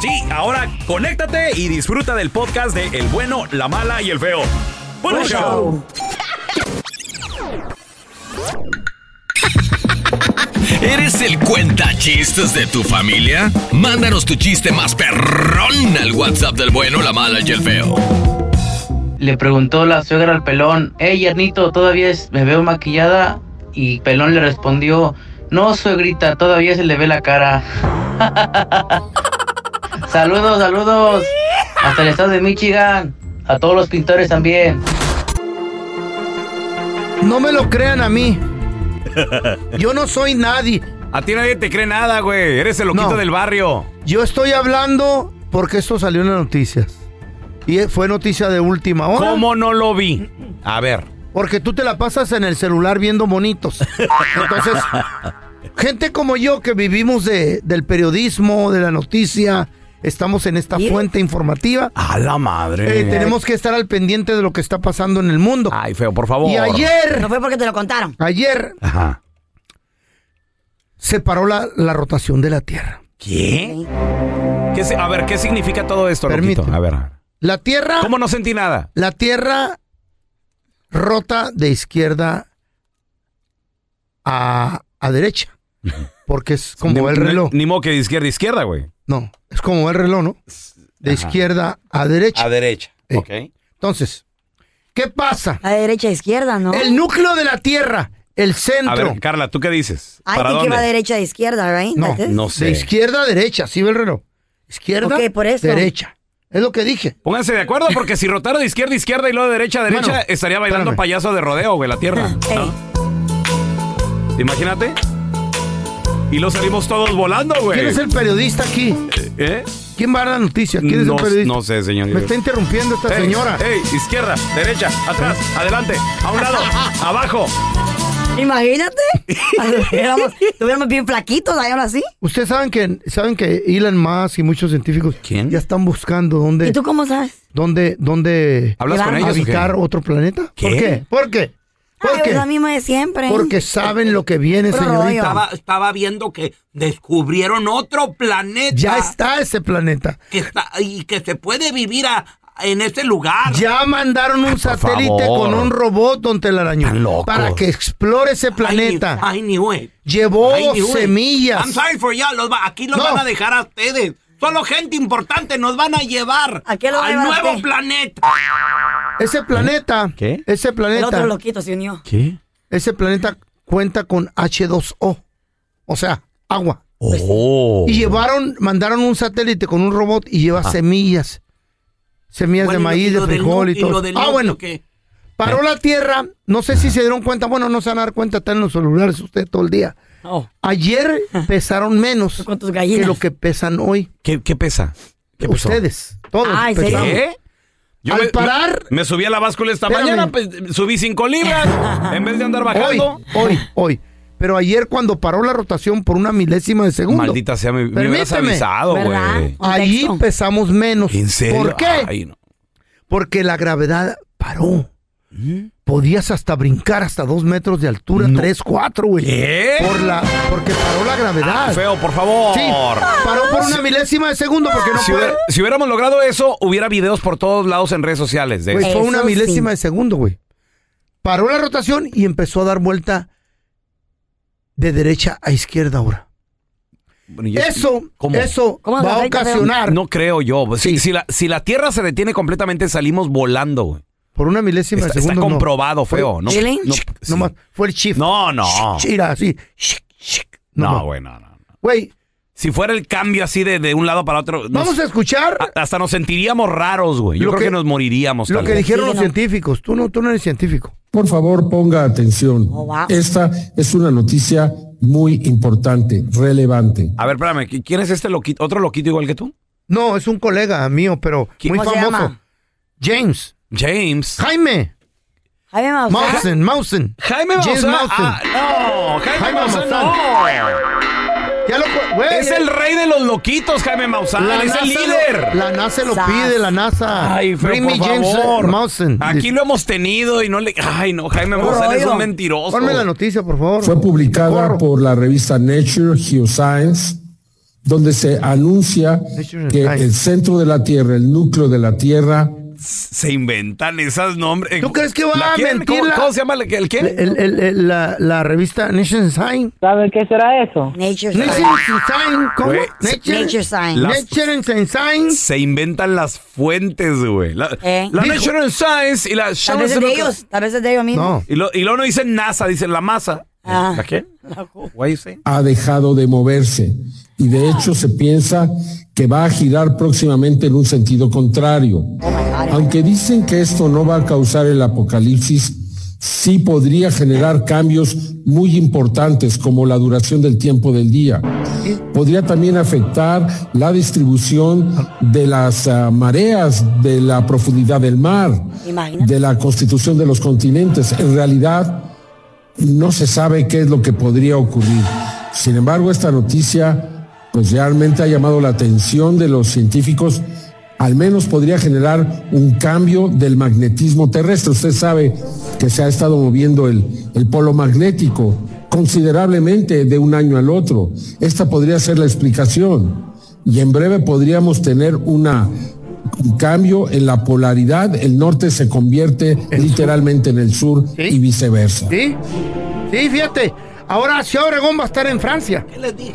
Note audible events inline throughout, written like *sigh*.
Sí, ahora conéctate y disfruta del podcast de El bueno, la mala y el feo. Buen *laughs* Buen show. ¿Eres el cuenta chistes de tu familia? Mándanos tu chiste más perrón al WhatsApp del bueno, la mala y el feo. Le preguntó la suegra al pelón, hey Ernito, todavía es- me veo maquillada. Y pelón le respondió, no suegrita, todavía se le ve la cara. *laughs* saludos, saludos. Hasta el estado de Michigan. A todos los pintores también. No me lo crean a mí. Yo no soy nadie. A ti nadie te cree nada, güey. Eres el loquito No. del barrio. Yo estoy hablando porque esto salió en las noticias. Y fue noticia de última hora. ¿Cómo no lo vi? A ver. Porque tú te la pasas en el celular viendo monitos. Entonces, gente como yo que vivimos de- del periodismo, de la noticia, estamos en esta fuente informativa. A la madre. Eh, tenemos que estar al pendiente de lo que está pasando en el mundo. Ay, feo, por favor. Y ayer, No fue porque te lo contaron. ayer Ajá. se paró la, la rotación de la Tierra. ¿Qué? ¿Qué se- a ver, ¿qué significa todo esto, Permíteme. loquito? A ver. La Tierra, ¿Cómo no sentí nada? la Tierra rota de izquierda a, a derecha. Porque es como Ni- el reloj. Ni, ni modo que de izquierda a izquierda, güey. No, es como el reloj, ¿no? De Ajá. izquierda a derecha. derecha. Eh. Ok. Entonces, ¿qué pasa? A derecha, a izquierda, ¿no? El núcleo de la Tierra, el A centro. ver, Carla, ¿tú qué dices? I ¿Para think dónde? que va derecha, a izquierda, right? No, That's it. No sé. De izquierda a derecha, ¿sí ve el reloj? Izquierda, Ok, por eso. derecha. Es lo que dije. Pónganse de acuerdo porque si rotara de izquierda a izquierda y luego de derecha a derecha, Bueno, estaría bailando espérame. payaso de rodeo, güey, *laughs* la tierra. Ey. ¿no? Imagínate. Y lo salimos todos volando, güey. ¿Quién es el periodista aquí? ¿Eh? ¿Quién va a dar la noticia? ¿Quién es no, *laughs* el periodista? no sé, señor. Me está interrumpiendo esta Ey, señora. ey, izquierda, derecha, atrás, adelante, a un *laughs* lado, abajo. Imagínate. Éramos- Estuviéramos bien flaquitos, ahí ahora sí. Ustedes saben que saben que Elon Musk y muchos científicos ¿Quién? ya están buscando dónde ¿Y tú cómo sabes? dónde dónde ¿Hablas con ellos o qué? habitar otro planeta. ¿Qué? ¿Por qué? *laughs* ¿Por qué? ¿Por Ay, qué? es la misma de siempre. Porque saben lo que viene, Puro señorita. rollo. Estaba, estaba viendo que descubrieron otro planeta. Ya está ese planeta. Que está y que se puede vivir a- en ese lugar. Ya mandaron un satélite favor. con un robot, don Están Telaraño, locos. para que explore ese planeta. I knew, I knew it. Llevó I knew it. Oh, semillas. I'm sorry for you. Los va- aquí los No. van a dejar a ustedes. Solo gente importante nos van a llevar ¿A qué lo al llevan a nuevo qué? planeta. Ese planeta, ¿Eh? ¿Qué? ese El otro planeta, loquito se unió. ¿Qué? ese planeta cuenta con H2O, o sea, agua. Oh. Y llevaron, mandaron un satélite con un robot y Ah. lleva semillas. Semillas de Bueno, y maíz, de lo del frijol y nu- lo todo. del Ah, núcleo bueno, que- paró ¿Eh? la Tierra. No sé Ah. si se dieron cuenta. Bueno, no se van a dar cuenta, están en los celulares ustedes todo el día. Oh, *laughs* Ayer pesaron menos con tus que gallinas. lo que pesan hoy. ¿Qué, qué pesa? ¿Qué pesó? Ustedes, todos. Ah, ¿en serio? pesamos. ¿Qué? Yo Al me- parar- Me, me subí a la báscula esta Espérame. mañana, pues, subí cinco libras. en vez de andar bajando. Hoy, hoy, hoy. Pero ayer cuando paró la rotación por una milésima de segundo. Maldita sea, me, me hubieras Permíteme. avisado, güey. Allí pesamos menos. ¿En serio? ¿Por qué? Ay, no. Porque la gravedad paró. ¿Mm? Podías hasta brincar hasta dos metros de altura, tres, cuatro, güey. ¿Qué? Por la, porque paró la gravedad. Ah, feo, por favor. Sí, paró por una milésima de segundo porque no Si, puede- hubiera- si hubiéramos logrado eso, hubiera videos por todos lados en redes sociales. De Güey, eso. Pues fue una milésima de segundo, güey. Paró la rotación y empezó a dar vuelta de derecha a izquierda ahora. Bueno, y es- eso, ¿cómo? eso ¿Cómo va a agarré, cabrón? ocasionar No creo yo. Si, si la, si la Tierra se detiene completamente, salimos volando, güey. por una milésima Está, de está segundo. no. comprobado, feo. No, ¿Really? no, Sí. Nomás, fue el shift. No, no. Sh- Era así. Sh- sh- No, nomás. güey, no, no. Güey, Si fuera el cambio así de, de un lado para otro, nos- vamos a escuchar a- hasta nos sentiríamos raros, güey. Yo Lo creo que, que- nos moriríamos. lo tal que vez. dijeron Sí, los no. científicos. Tú no, tú no eres científico. Por favor, ponga atención. Oh, wow. Esta es una noticia muy importante, relevante. A ver, espérame, ¿qui- ¿quién es este loquito? ¿Otro loquito igual que tú? No, es un colega mío, pero ¿Quién- muy ¿Cómo se famoso. llama? James. James. Jaime. Jaime Maussan. Mausen, Mausen. Jaime James Maussan. Maussan. Oh, Ah, no, Jaime, Jaime Maussan, no. Ya lo cu- güey, Es ya- el rey de los loquitos, Jaime Maussan. La es NASA el líder. Lo, la NASA lo Sas. pide, la NASA. Ay, feo, Bring por me James ¿eh? favor. Mausen. Aquí lo hemos tenido y no le. Ay, no, Jaime Maussan es un mentiroso. Ponme la noticia, por favor. Fue publicada Corro. por la revista Nature Geoscience, donde se anuncia Nature que Science. el centro de la Tierra, el núcleo de la Tierra, Se inventan esas nombres. ¿Tú crees que va ¿La a quién? mentir ¿Cómo, la- cómo se llama el, el quién? El- el- el- la, la revista Nation Sign. ¿Saben qué será eso? Nature Nation Sign, ¿cómo? Güey, Nature, Nature Sign. Las- Nature and Sign. se inventan las fuentes, güey. La, Eh. la Dijo- National Science y la Tal vez es de ellos, tal vez es de ellos mismos. No. Y, lo, y luego no dicen NASA, dicen la masa. Ah. ¿La qué? Why you say? ha dejado de moverse y de hecho se piensa que va a girar próximamente en un sentido contrario. Aunque dicen que esto no va a causar el apocalipsis, sí podría generar cambios muy importantes como la duración del tiempo del día. Podría también afectar la distribución de las ah, mareas, de la profundidad del mar, Imagínate. de la constitución de los continentes. En realidad, no se sabe qué es lo que podría ocurrir. Sin embargo, esta noticia pues realmente ha llamado la atención de los científicos. Al menos podría generar un cambio del magnetismo terrestre. Usted sabe que se ha estado moviendo el, el polo magnético considerablemente de un año al otro. Esta podría ser la explicación. Y en breve podríamos tener una, un cambio en la polaridad. El norte se convierte literalmente en el sur Sí. y viceversa. ¿Sí? Sí, fíjate. Ahora Ciudad Obregón va a estar en Francia. ¿Qué les dije?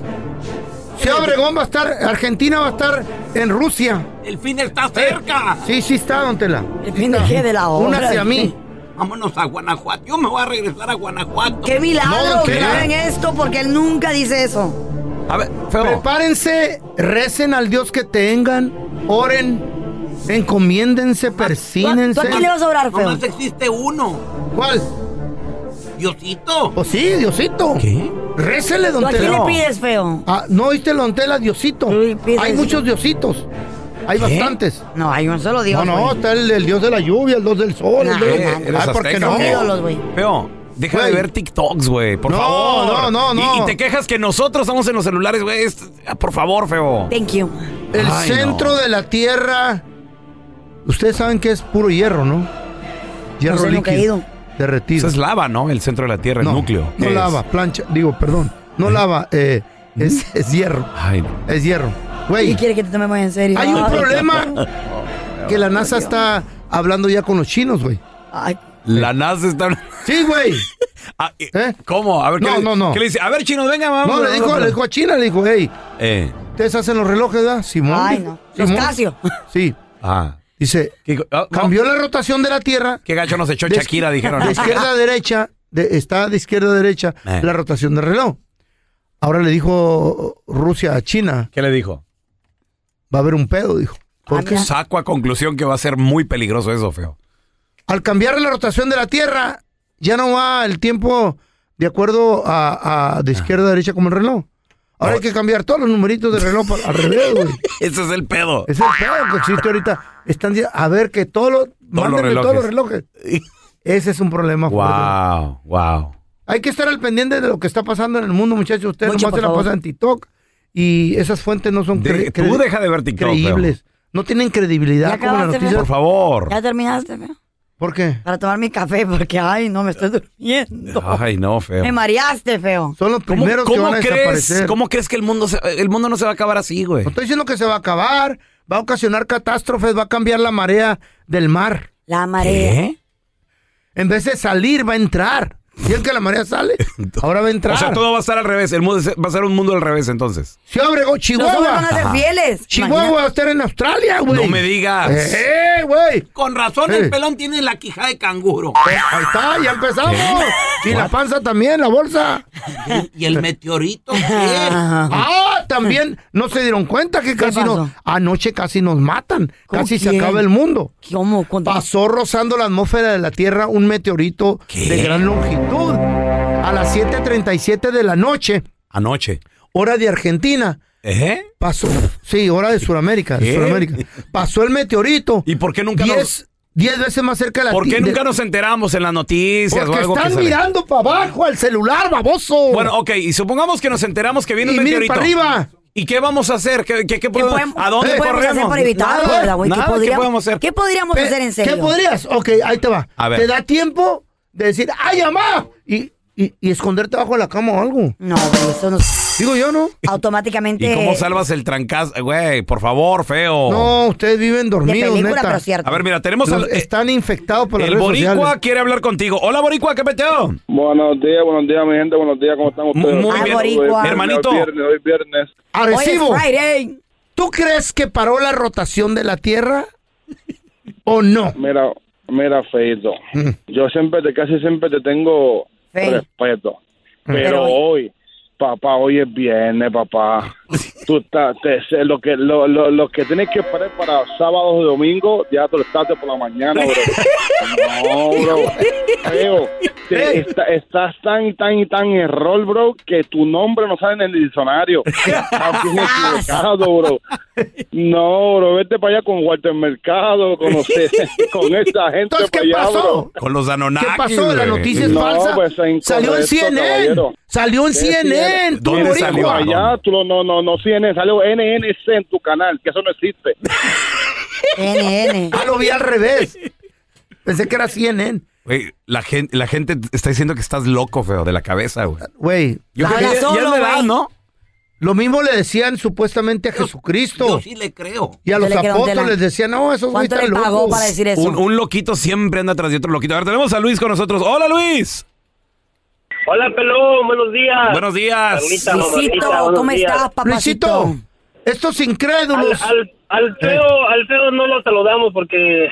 Ciudad Obregón va a estar, Argentina va a estar en Rusia. Eh, El fin está cerca. Sí, sí está, don Tela. ¿El fin de qué? ¿De la obra? Únase a mí. Vámonos a Guanajuato. Yo me voy a regresar a Guanajuato. Qué milagro No, que ¿qué? saben esto, porque él nunca dice eso. A ver, feo. Prepárense, recen al Dios que tengan, oren, ¿Tú encomiéndense, a, Ah, tú persínense. a quién le vas a orar, feo? Nomás existe uno. ¿Cuál? Diosito. Pues sí, Diosito. ¿Qué? Récele, don ¿Tú a quién le Tela. pides, feo? Ah, ¿No oíste, don Tela, Diosito? Sí, pide- Hay muchos Diositos. Hay bastantes. No, hay un solo No, Dios. no, güey. está el, el Dios de la lluvia, el Dios del sol. Nah, el Dios... nah, nah. ¿Eres Ay, Ah, ¿por qué azteca no? o qué? Son ídolos, güey. Feo, deja Güey. de ver TikToks, güey. Por No, favor. no, no, no. Y, y te quejas que nosotros estamos en los celulares, güey. Es- ah, Por favor, feo. Thank you. El Ay, centro no. de la tierra. Ustedes saben que es puro hierro, ¿no? Hierro sé, nunca he ido. líquido. Eso Derretido. es lava, ¿no? El centro de la Tierra, no, el núcleo. No ¿Qué es? lava, plancha. Digo, perdón. No lava, eh, ¿Mm? es, es hierro. Ay, no. Es hierro. ¿Y Güey, quiere que te tomemos en serio? Ah, hay un Ay, problema que la NASA está hablando ya con los chinos, güey. Ay, La NASA está. Sí, güey. *laughs* Ah, eh, ¿Eh? ¿Cómo? A ver, ¿qué, No, le, no, no. ¿qué le dice? A ver, chinos, venga, vamos. No, le dijo, le dijo a China, le dijo, hey, Eh. ustedes hacen los relojes, ¿verdad? Simón. Ay, dijo, no. Los Simón. Casio. Sí. Ah. Dice, ¿Qué, ah, no. cambió la rotación de la Tierra ¿Qué gacho nos echó *laughs* *laughs* De- Shakira? Dijeron. de izquierda a derecha, de- está de izquierda a derecha Eh. la rotación del reloj. Ahora le dijo Rusia a China, ¿Qué le dijo? va a haber un pedo, dijo. ¿Por Ah, qué? mira. Saco a conclusión que va a ser muy peligroso eso, feo. Al cambiar la rotación de la Tierra, ya no va el tiempo de acuerdo a, a- de izquierda a derecha como el reloj. Ahora hay que cambiar todos los numeritos de reloj pa- al revés, güey. *laughs* Ese es el pedo. Es el pedo que existe ahorita. Están di- a ver que todos los. los mándenme todos los relojes. Ese es un problema. Wow, wow. Hay que estar al pendiente de lo que está pasando en el mundo, muchachos. Ustedes Mucho, nomás se la por favor. pasan en TikTok y esas fuentes no son De- cre- tú cre- deja de ver TikTok, creíbles. No tienen credibilidad como la noticia. Por favor. Ya terminaste, feo. ¿Por qué? Para tomar mi café, porque ay, no me estoy durmiendo. Ay, no, feo. Me mareaste, feo. Son los ¿Cómo, cómo crees, ¿Cómo crees que el mundo, se- eh? el mundo no se va a acabar así, güey? No estoy diciendo que se va a acabar, va a ocasionar catástrofes, va a cambiar la marea del mar. La marea. En vez de salir, va a entrar. Si es que la marea sale, ahora va a entrar. O sea, todo va a estar al revés. El mundo se- va a ser un mundo al revés, entonces. Se abre oh, Chihuahua. Los hombres van a ser Ajá. fieles. Chihuahua Imagínate. va a estar en Australia, güey. No me digas. ¡Eh, eh, güey! Con razón Eh. el pelón tiene la quijada de canguro. Ahí está, ya empezamos. Y la panza también, la bolsa. ¿Y el meteorito? ah, también no se dieron cuenta que casi nos, anoche casi nos matan, ¿Cómo casi se quién? acaba el mundo. ¿Cómo? Pasó rozando la atmósfera de la Tierra un meteorito de gran longitud. A las 7.37 de la noche, Anoche. hora de Argentina, ¿Eh? pasó, sí, hora de Sudamérica, de ¿Qué? Sudamérica. Pasó el meteorito. ¿Y por qué nunca diez, diez veces más cerca de la ¿Por qué ti- nunca de- nos enteramos en las noticias o Porque algo que están sale? mirando para abajo al celular, baboso. Bueno, ok, y supongamos que nos enteramos que viene Y un miren meteorito. para arriba. ¿Y qué vamos a hacer? ¿Qué, qué- qué Pues, podemos, podemos- ¿A dónde qué podemos corremos? hacer para evitarlo, Nada, verdad, güey? ¿Qué nada, podríamos- podemos hacer? ¿Qué podríamos Pe- hacer en serio? ¿Qué podrías? Ok, ahí te va. A ver. Te da tiempo de decir, ¡ay, mamá! Y, y, y esconderte bajo la cama o algo. No, güey, eso no. Digo yo, ¿no? Automáticamente. ¿Y cómo salvas el trancazo? Güey, por favor, feo. No, ustedes viven dormidos, película, neta. pero cierto. A ver, mira, tenemos al- eh, Los- están infectados por las el redes Boricua sociales. quiere hablar contigo. Hola, Boricua, ¿qué peteo? Buenos días, buenos días, mi gente. Buenos días, ¿cómo están ustedes? eh, Muy Ah, bien. boricua. Hoy es Hermanito. viernes, hoy es viernes. Arecibo, Hoy es Friday. ¿tú crees que paró la rotación de la Tierra o no? Mira, mira, Feito. Yo siempre, te, casi siempre te tengo Fey. respeto. Mm. Pero, Pero hoy, papá, hoy es viernes, papá. Tú estás, te- se- lo que lo, lo- lo que tienes que esperar para sábados y domingos, ya te lo estás de por la mañana, *laughs* bro. No, bro. Feo, te- Eh, está- estás tan, tan y tan en error, bro, que tu nombre no sale en el *laughs* diccionario. Estás bien equivocado, bro. No, bro, vete para allá con Walter Mercado, *laughs* con, usted, con esta gente Entonces, ¿qué para allá, pasó? bro. Con los Anunnakis. ¿Qué pasó? La güey. noticia es No, falsa. pues, salió en incorrecto, CNN. caballero. Salió en ¿Qué CNN. CNN? tú, ¿Dónde boricua. salió? Allá, tú no, no, no, no, CNN, salió NNC en tu canal, que eso no *laughs* existe. NN. Ah, lo vi al revés. Pensé que era CNN. Güey, la gente, la gente está diciendo que estás loco, feo, de la cabeza, güey. Güey, Yo Habla creo que ya- ya es solo, de edad, güey. ¿no? lo mismo le decían supuestamente a Jesucristo. Yo sí le creo. Y a Yo los le creo, don Tela. apóstoles les decían, no, esos güeyes ¿Cuánto están le pagó locos. para decir eso? Un, un loquito siempre anda atrás de otro loquito. A ver, tenemos a Luis con nosotros. ¡Hola, Luis! Hola, pelón, buenos días. Buenos días. Carlita, Luisito, mamacita, buenos ¿cómo días. estás, papacito? Luisito, estos Al, incrédulos. Eh. al, al feo, al feo no lo saludamos porque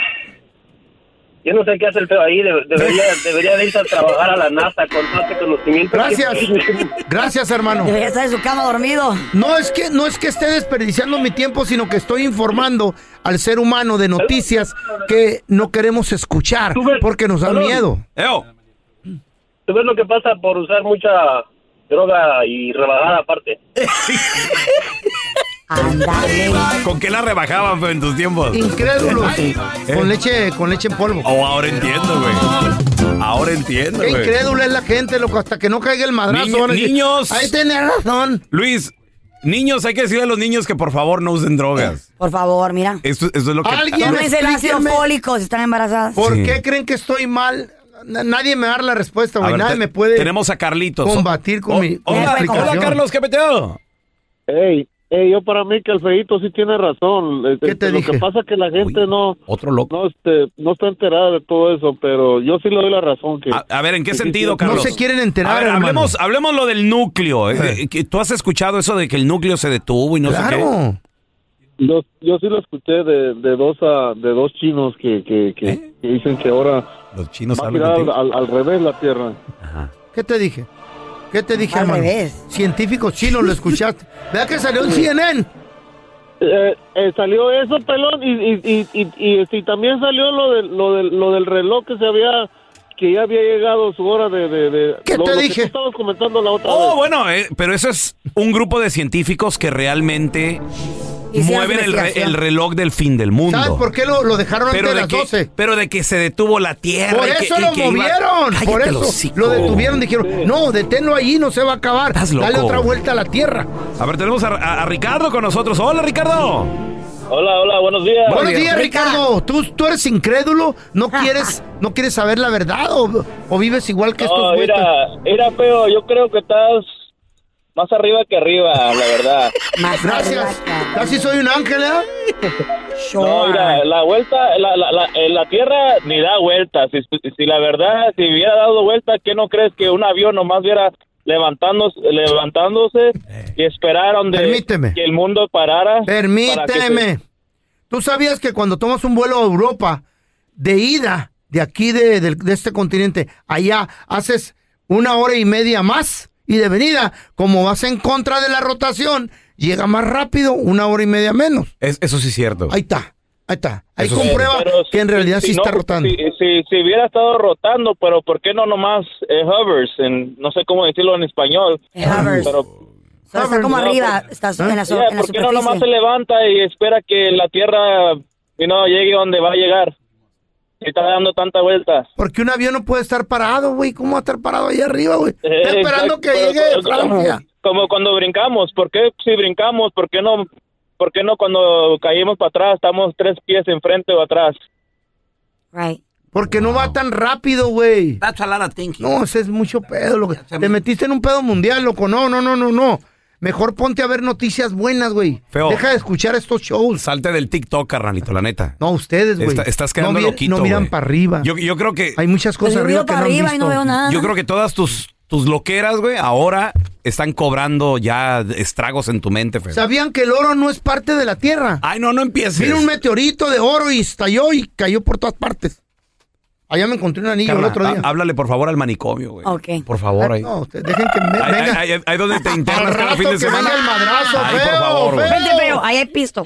yo no sé qué hace el feo ahí. de- *laughs* debería, debería de irse a trabajar a la NASA con todo este conocimiento. *laughs* que Gracias. tiene. Gracias, hermano. Debería estar en su cama dormido. No es que no es que esté desperdiciando mi tiempo, sino que estoy informando al ser humano de noticias que no queremos escuchar porque nos dan Perdón. miedo. ¡Eo! Tú ves lo que pasa por usar mucha droga y rebajar aparte. Ándale. ¿Con qué la rebajaban, feo, en tus tiempos? Incrédulos. Con leche, con leche en polvo. Oh, ahora entiendo, güey. Ahora entiendo, Qué güey. incrédula es la gente, loco, hasta que no caiga el madrazo. Niña- van a decir, niños. Ahí tenés razón. Luis, niños, hay que decirle a los niños que por favor no usen drogas. Por favor, mira. Esto, esto es lo que... Alguien Tómense el ácido explíquenme fólico si están embarazadas. por Sí. qué creen que estoy mal. Na- Nadie me va a dar la respuesta, A güey. ver, Nadie te- me puede Tenemos a Carlitos. combatir con Oh, mi. con mi hola, explicación. hola, Carlos, ¿qué peteo? Ey, ey, yo para mí que el feito sí tiene razón. Este, ¿Qué te lo dije? que pasa es que la gente no, Otro loco. no, este, no está enterada de todo eso, pero yo sí le doy la razón que... A, a ver, ¿en qué Sí, sí, sentido, sí. Carlos? Eh, No se quieren A enterar. ver, hermano. hablemos, hablemos lo del núcleo. eh, que ¿Tú has escuchado eso de que el núcleo se detuvo y no sé qué? Claro. Yo, yo sí lo escuché de, de dos a, de dos chinos que, que, que, que dicen que ahora ¿Eh? Los chinos va a hablan girar al, contigo. al- al revés la Tierra. oh. ¿Qué te dije? ¿Qué te dije, Al hermano? revés. Científicos *laughs* chinos, lo escuchaste. Vea que salió en CNN. Eh, eh, salió eso, pelón, y, y, y, y, y, este, y también salió lo, del lo, del lo del reloj que se había que ya había llegado su hora de... de, de ¿Qué lo- te lo dije? Que tú estabas comentando la otra vez. Oh, bueno, eh, pero eso es un grupo de científicos que realmente Hicieron mueven el, re- investigación. el reloj del fin del mundo. ¿Sabes por qué lo, lo dejaron antes Pero de de, las que, 12? pero de que se detuvo la Tierra. Por y que- eso y lo que iba- movieron, Cállate por el eso hocico. lo detuvieron, dijeron, no, deténlo allí, no se va a acabar, Estás dale loco. otra vuelta a la tierra. A ver, tenemos a, a- a Ricardo con nosotros. Hola, Ricardo. Hola, hola, buenos días. Buenos días, Ricardo, ¿Tú, tú eres incrédulo, *laughs* no quieres, no quieres saber la verdad o, o vives igual que estos No, güeyes? mira, mira, feo, yo creo que estás más arriba que arriba, la verdad. Gracias, casi soy un ángel, ¿eh? No, mira, la vuelta, la, la, la, eh, la Tierra ni da vueltas. Si, si la verdad, si hubiera dado vueltas, ¿qué no crees que un avión nomás hubiera levantándose, levantándose y esperaron de Eh. Permíteme. que el mundo parara? para que se- Permíteme. ¿Tú sabías que cuando tomas un vuelo a Europa de ida de aquí de, del- de este continente allá haces una hora y media más y de venida, como vas en contra de la rotación, llega más rápido, una hora y media menos. Es- eso sí es cierto. Ahí está, ahí está. Ahí Eso sí. comprueba Pero que en realidad sí si está no, pues, rotando. Si, si, si hubiera estado rotando, pero ¿por qué no nomás eh, hovers? En, no sé cómo decirlo en español. Eh, Hovers. Pero, sea, está como No, arriba, pues- ¿Eh? está en la, so- Ya, en la ¿Por qué no superficie. nomás se levanta y espera que la Tierra y no llegue donde va a llegar? Si está dando tanta vuelta. Porque un avión no puede estar parado, güey. ¿Cómo va a estar parado ahí arriba, güey? Está Eh, esperando que *laughs* exacto, llegue pero- Francia. Como cuando brincamos, ¿por qué si brincamos, por qué no, por qué no cuando caímos para atrás estamos tres pies enfrente o atrás? Porque no va tan rápido, güey. That's a lot of thinking. No, ese es mucho pedo. Loco. Te metiste en un pedo mundial, loco. No, no, no, no, no. Mejor ponte a ver noticias buenas, güey. Feo. Deja de escuchar estos shows. Salte del TikTok, carnalito, la neta. No, ustedes, güey. Está- estás quedando no, miran- loquito, No miran güey. para arriba. Yo, yo creo que. Hay muchas Pues cosas arriba que no han visto. Yo creo que todas tus, tus loqueras, güey, ahora están cobrando ya estragos en tu mente, Feo. ¿Sabían que el oro no es parte de la Tierra? Ay, no, no empieces. Vino un meteorito de oro y estalló y cayó por todas partes. Allá me encontré un anillo Carla, el otro día. há- Háblale, por favor, al manicomio, güey. Ok. Por favor, ahí. No, ustedes dejen que me- Ahí- venga. ahí- ahí- ahí donde te internas cada fin de que semana. venga el madrazo, Ahí, feo, por favor, güey. feo. Vente, feo, ahí hay pisto.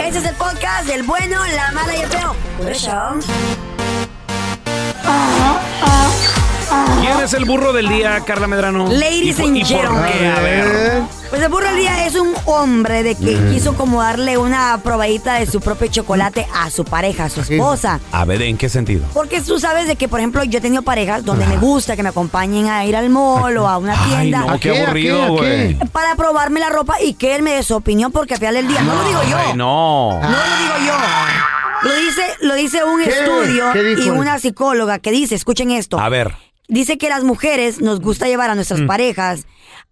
Este es el podcast del bueno, la mala y el feo. Por eso. ¿Quién es el burro del día, Carla Medrano? Ladies ¿Y por- and y por gentlemen. qué? A ver. Pues el burro del día es un hombre de que Mm. quiso como darle una probadita de su propio chocolate a su pareja, a su esposa. A ver, ¿en qué sentido? Porque tú sabes de que, por ejemplo, yo he tenido parejas donde me gusta que me acompañen a ir al mall o a una Ay, tienda. no, qué aburrido, güey. Para probarme la ropa y que él me dé su opinión porque al final del día. No, lo digo yo. Ay, no. Ah, Lo dice, lo dice un ¿Qué? estudio ¿Qué dijo y él? una psicóloga que dice, escuchen esto. A ver. Dice que las Mm. mujeres nos gusta llevar a nuestras parejas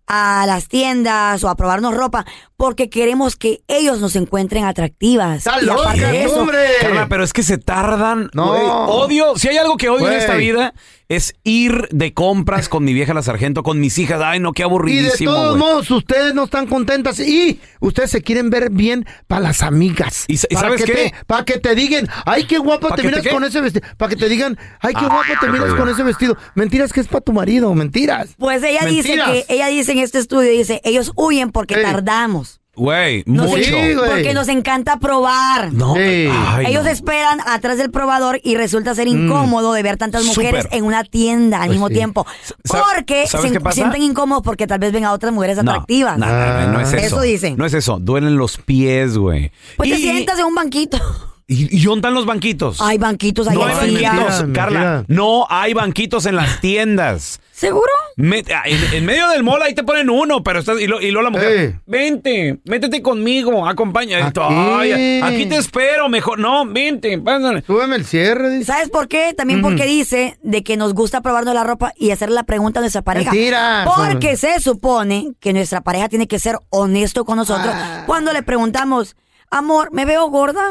a las tiendas o a probarnos ropa porque queremos que ellos nos encuentren atractivas. Y aparte de eso, Carla, pero es que se tardan. No. Güey, odio. Si hay algo que odio Güey. en esta vida, es ir de compras con mi vieja la sargento, con mis hijas. Ay, no, qué Y de aburridísimo. güey. todos modos, ustedes no están contentas y ustedes se quieren ver bien para las amigas. ¿Y, para sabes que qué? Te, para que te digan, ay, qué guapa ¿Pa te que te miras qué? con ese vestido. Para que te digan, ay, qué Ah, guapa te qué miras cosa. con ese vestido. Mentiras que es para tu marido, mentiras. Pues ella Mentiras. dice que, ella dice en este estudio, dice, ellos huyen porque tardamos. Güey, Nos- mucho. Porque nos encanta probar. No. Ay, ellos no. Mm. esperan atrás del probador y resulta ser incómodo de ver tantas mujeres Súper. en una tienda al Pues mismo sí. tiempo. sa- Porque sabes se qué pasa? sienten incómodos porque tal vez ven a otras mujeres No, atractivas. No, no, no, no es Ah. eso. Eso dicen. No es eso. Duelen los pies, güey. Pues te sientas en un banquito. ¿Y, y dónde están los banquitos? Hay banquitos pues no hay allá banquitos, arriba. Carla. No hay banquitos en las tiendas. ¿Seguro? ah, en, en medio del mall ahí te ponen uno, pero estás. Y luego la mujer. Vente, métete conmigo, acompaña. Y tú, "Ay, aquí te espero, mejor. No, vente, pásale. Súbeme el cierre. ¿Sabes por qué? También porque Ujú. dice de que nos gusta probarnos la ropa y hacer la pregunta a nuestra pareja. Mentiras. Porque se supone que nuestra pareja tiene que ser honesto con nosotros Ah. cuando le preguntamos, amor, ¿me veo gorda?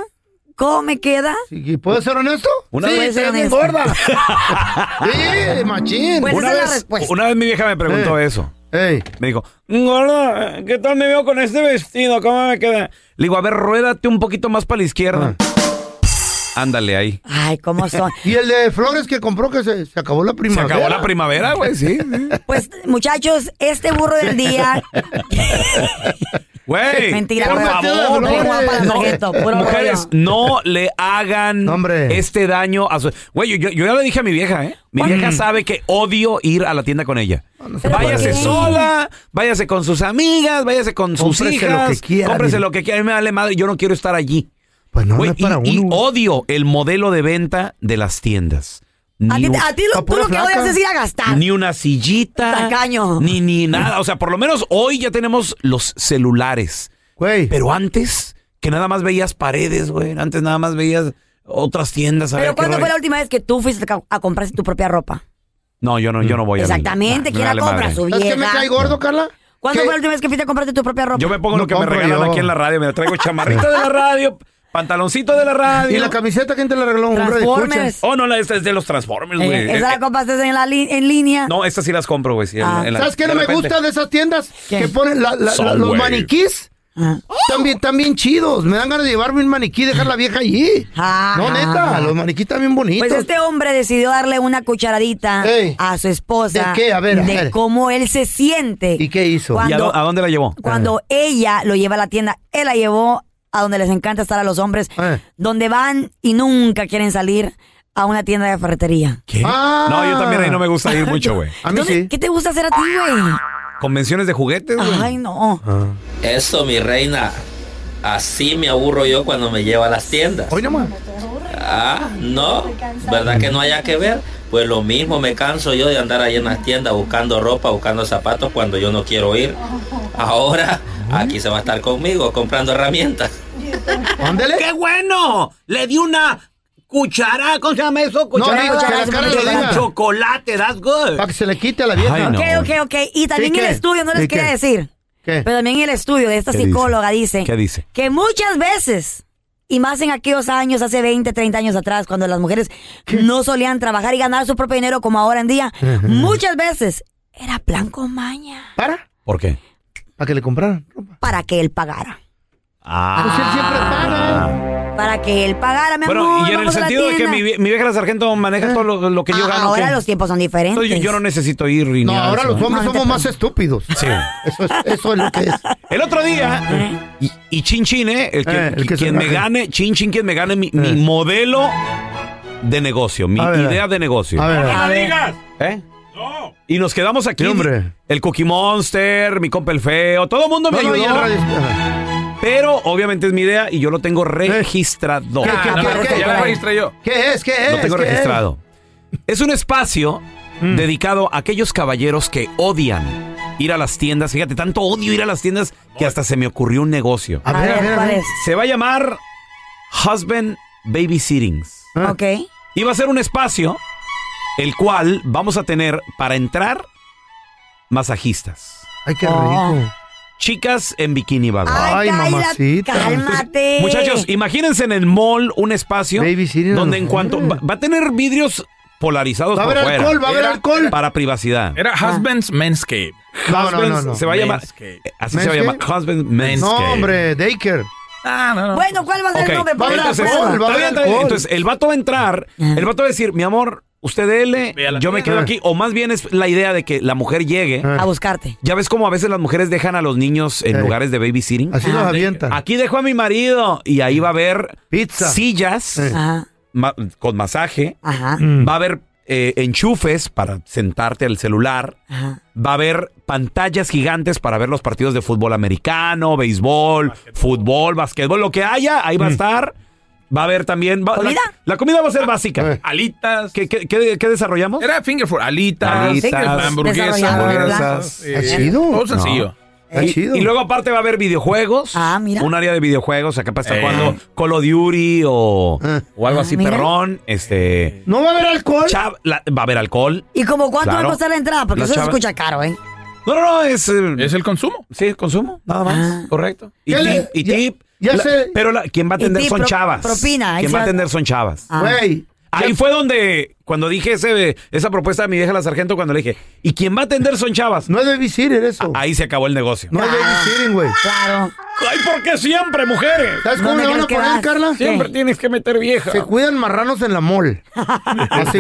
¿Cómo me queda? ¿Y puedo ser honesto? Una sí, vez- estás bien honesto. gorda. sí, machín. Pues una, vez, una vez mi vieja me preguntó eso. Me dijo, Gorda, ¿qué tal me veo con este vestido? ¿Cómo me queda? Le digo, a ver, ruédate un poquito más para la izquierda. Ah. Ándale ahí. Ay, cómo son. *laughs* y el de flores que compró que se, se acabó la Se primavera. acabó la primavera, güey, sí. Pues, *laughs* muchachos, este burro del *laughs* día. Güey, Mentira, por güey. favor, Puro guapa la no, sargento, puro mujeres, no le hagan este daño a su... Güey, yo, yo ya le dije a mi vieja, ¿eh? Mi ¿Cuál? vieja sabe que odio ir a la tienda con ella. váyase puede. sola, váyase con sus amigas, váyase con sus Cómprese hijas. lo que quiera, cómprese mira. lo que quiera. A mí me vale madre, yo no quiero estar allí. Pues no, y, y odio el modelo de venta de las tiodias. A ti, Ni, un- a ti lo, tú lo que odias es ir a gastar. ni una sillita. Tacaño. Ni, ni nada. O sea, por lo menos hoy ya tenemos los celulares. Pero antes, que nada más veías paredes, güey. Antes nada más veías otras tiendas. A ver Pero qué ¿cuándo rollo. fue la última vez que tú fuiste a a comprarse tu propia ropa? No, yo no, yo no voy a. Exactamente, Nah, me ¿quién vale la compra? madre. Su ¿Sabes qué me vieja. cae gordo, Carla? ¿Cuándo fue la última vez que fuiste a comprarte tu propia ropa? Yo me pongo No lo que me compro regalan yo. aquí en la radio. Me la traigo chamarrita de la radio, pantaloncito de la radio. ¿Y la camiseta quién te la regaló? Un radio Transformers. escucha. Oh, no, la- esta es de los Transformers, güey. eh, Eh, esa la Ah. compraste en, la li- en línea. No, estas sí las compro, güey. sí, en- en la- ¿Sabes qué de no me repente. gusta de esas tiendas? ¿Qué? Que ponen la- la- la- los Subway. maniquís. Ah. Están bien, están bien chidos. Me dan ganas de llevarme un maniquí y dejar la vieja allí. No, neta, los maniquís están bien bonitos. Ah, Pues este hombre decidió darle una cucharadita a su esposa. ¿De qué? A ver, a de ver. cómo él se siente. ¿Y qué hizo? ¿Y a, Cuando, dó- a dónde la llevó? cuando Ah. ella lo lleva a la tienda, él la llevó a donde les encanta estar a los hombres, Ah. donde van y nunca quieren salir a una tienda de ferretería. ¿Qué? Ah. No, yo también ahí no me gusta ir mucho, güey. Entonces, ¿Qué te gusta hacer a ti, Ah. güey? Convenciones de juguetes, güey. Ay, no. Eso, mi reina. Así me aburro yo cuando me llevo a las tiendas. Hoy nomás. Ah, no. ¿Verdad que no haya que ver? Pues lo mismo me canso yo de andar ahí en las tiendas buscando ropa, buscando zapatos cuando yo no quiero ir. Ah. Ahora aquí se va a estar conmigo comprando herramientas. ¡Qué bueno! Le di una cucharada, ¿cómo se llama eso? Cucharada, diga, que la cara lo de diga. chocolate, that's good. Para que se le quite a la vieja. Ok, ok, ok. Y también ¿Sí, el qué? estudio, no les ¿Sí, quería qué? decir. Pero también el estudio de esta ¿Qué dice? psicóloga dice, ¿Qué dice? que muchas veces, y más en aquellos años, hace 20, 30 años atrás, cuando las mujeres no solían trabajar y ganar su propio dinero como ahora en día, Ajá. muchas veces era plan con maña ¿Por qué? Para que le compraran. para que él pagara. Pues Ah. Para que él pagara, Ah, mi Bueno, amor. y en el vamos a la sentido de que tienda. mi, vie- mi vieja la sargento maneja todo lo, lo que yo Ah, gano. ahora ¿qué? los tiempos son diferentes. Entonces, yo, yo no necesito ir ni No, nada de ahora eso, los ¿eh? hombres somos más estúpidos. Sí. Eso es, eso es *laughs* lo que es. El otro día, y, y chin chin, ¿eh? El que, Eh, el que se quien me raje. gane, chin chin, quien me gane mi, mi modelo de negocio, mi A ver, idea de negocio. a ver, ¡No a me ver. digas! ¿Eh? Y nos quedamos aquí. Sí, hombre. El Cookie Monster, mi compa el feo, todo el mundo me No, no, ayudó. y el radio- pero obviamente es mi idea y yo lo tengo registrado. Eh. ¿Qué, qué, Ah, qué, no, qué, ya qué? lo registré yo. ¿Qué es? ¿Qué es? Lo tengo ¿Qué es? Mm. registrado. Es un espacio dedicado a aquellos caballeros que odian ir a las tiendas. Fíjate, tanto odio ir a las tiendas que hasta se me ocurrió un negocio. A ver, a ver, a ver. Se va a llamar Husband Babysittings. Ah. Ok. Y va a ser un espacio el cual vamos a tener para entrar masajistas. Ay, qué Oh. rico. chicas en bikini, va. Ay, Ay, Kaila, mamacita. cálmate. Muchachos, imagínense en el mall un espacio donde en cuanto va, va a tener vidrios polarizados Mm. Va a por haber fuera. alcohol, va a haber Era- alcohol. Ah. Para privacidad. Era Husband's Manscape. No, no, no, Husband's no. Se va a llamar. Manscape. Así se va a llamar. Husband Manscape. No, hombre, Daker. Ah, no, Bueno, ¿cuál va a ser Ok, el nombre? Pablo? entonces, Prueba. está bien, está bien. Entonces, el vato va a entrar, el vato va a decir, mi amor, usted dele, yo me quedo Ah. aquí. O más bien es la idea de que la mujer llegue A buscarte. Ya ves como a veces las mujeres dejan a los niños en Eh. lugares de babysitting. Así Ah, los avientan. Aquí dejo a mi marido y ahí va a haber sillas Eh. Ajá. ma- con masaje. Ajá. Va a haber eh, enchufes para sentarte al celular. Ajá. Va a haber pantallas gigantes para ver los partidos de fútbol americano, béisbol, fútbol, basquetbol, lo que haya, ahí va a estar. Va a haber también. va- la- Mm. ¿Comida? La, comida va a ser básica. Alitas. ¿Qué, qué- qué- qué desarrollamos? Era finger food. Alitas, Alitas, hamburguesas, desarrollado, hamburguesas. ¿verdad? eh, Ah, chido. Todo No. sencillo. Y, y luego aparte va a haber videojuegos. Ah, Un área de videojuegos. Acá para estar Eh. jugando Call of Duty o, o algo Ah, así, mira. perrón. Este. ¿No va a haber alcohol? va a haber alcohol. ¿Y como cuánto Claro. va a costar la entrada? Porque Las eso se chavas- escucha caro, ¿eh? No, no, no, es... eh, ¿Es el consumo? Sí, el consumo, nada más, correcto. Y Ya tip, le- y tip. ya La- sé. Pero la, quien va a Ah. Y atender tip, son pro- chavas. propina, ahí Quien se va a va- atender son chavas. Ah. Güey, Ahí fue donde, cuando dije ese, esa propuesta de mi vieja la sargento, cuando le dije, ¿y quien va a atender son chavas? No es babysitting eso. Ahí se acabó el negocio. No hay babysitting, güey. Claro. Ay, ¿por qué siempre, mujeres? ¿Sabes cómo le van a poner, Carla? Siempre tienes que meter vieja. Se cuidan marranos en la mall. Así.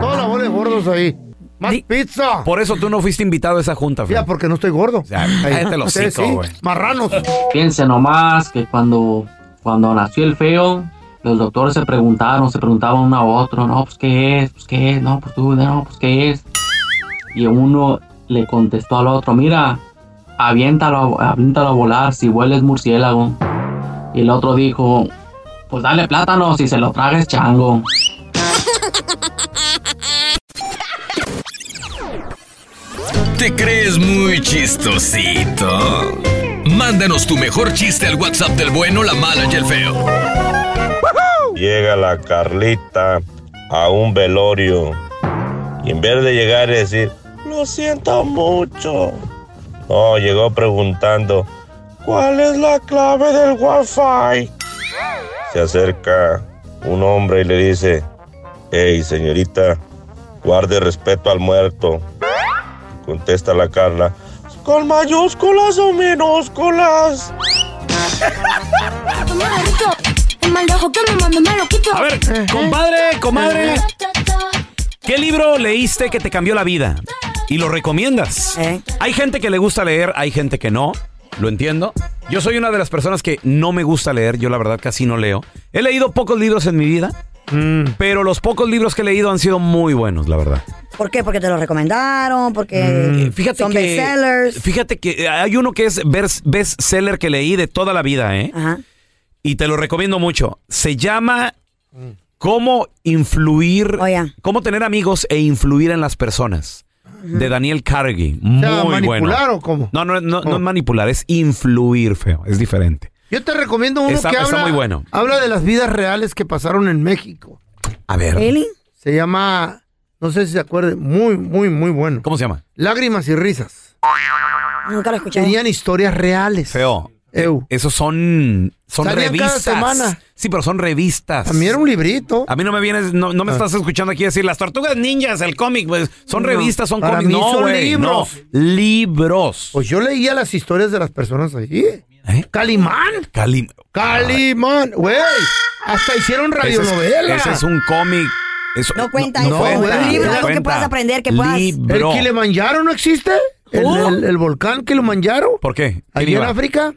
Toda la bola de gordos ahí. Más pizza. Por eso tú no fuiste invitado a esa junta, Ya, porque no estoy gordo. Ahí. cállate el Ustedes hocico, sí, güey. Marranos. Piense nomás que cuando, cuando nació el feo, los doctores se preguntaron, se preguntaban uno a otro, no, pues qué es, pues qué es, no, pues tú, no, pues qué es. Y uno le contestó al otro, mira, aviéntalo, a- aviéntalo a volar si vueles murciélago. Y el otro dijo, pues dale plátano si se lo tragues chango. ¿Te crees muy chistosito? Mándanos tu mejor chiste al WhatsApp del bueno, la mala y el feo. Llega la Carlita a un velorio y en vez de llegar y decir, Lo siento mucho. no, llegó preguntando, ¿cuál es la clave del wifi? Se acerca un hombre y le dice, hey señorita, guarde respeto al muerto. Contesta la Carla, ¿Con mayúsculas o minúsculas? Eh, A ver, compadre, comadre. ¿Qué libro leíste que te cambió la vida? Y lo recomiendas. Hay gente que le gusta leer, hay gente que no. Lo entiendo. Yo soy una de las personas que no me gusta leer. Yo la verdad casi no leo. He leído pocos libros en mi vida. Pero los pocos libros que he leído han sido muy buenos, la verdad. ¿Por qué? Porque te lo recomendaron, porque Mm, Fíjate son Eh, que, bestsellers. Fíjate que eh, hay uno que es vers- bestseller que leí de toda la vida, ¿eh? Y te lo recomiendo mucho. Se llama Cómo influir, cómo tener amigos e influir en las personas. De Daniel Carnegie. Muy sea, ¿manipular bueno. o cómo? Oh. No, no, no, no es manipular, es influir, feo. Es diferente. Yo te recomiendo uno Está- que está habla, muy bueno. habla de las vidas reales que pasaron en México. A ver. Se llama, no sé si se acuerden, muy, muy, muy bueno. ¿Cómo se llama? Lágrimas y risas. Nunca lo escuché. Tenían historias reales. Feo. Esos son, son Salían cada revistas. semana. Sí, pero son revistas. A mí era un librito. Ah. A mí no me vienes, no, no me estás escuchando aquí decir las tortugas ninjas, el cómic, pues, son No, revistas, son para cómics. mí No, son güey, no. libros. Libros. ¿Eh? Pues yo leía las historias de las personas allí. Calimán. Cali- Calimán. Güey. Hasta hicieron Ese es- radionovela. Ese es un cómic. Eso- No cuenta eso, cuenta, es un libro, no algo que cuenta. puedas aprender, que puedas- Libro. ¿El Kilimanjaro no existe? ¿El, el- el volcán Kilimanjaro? ¿Por qué? Allí en África.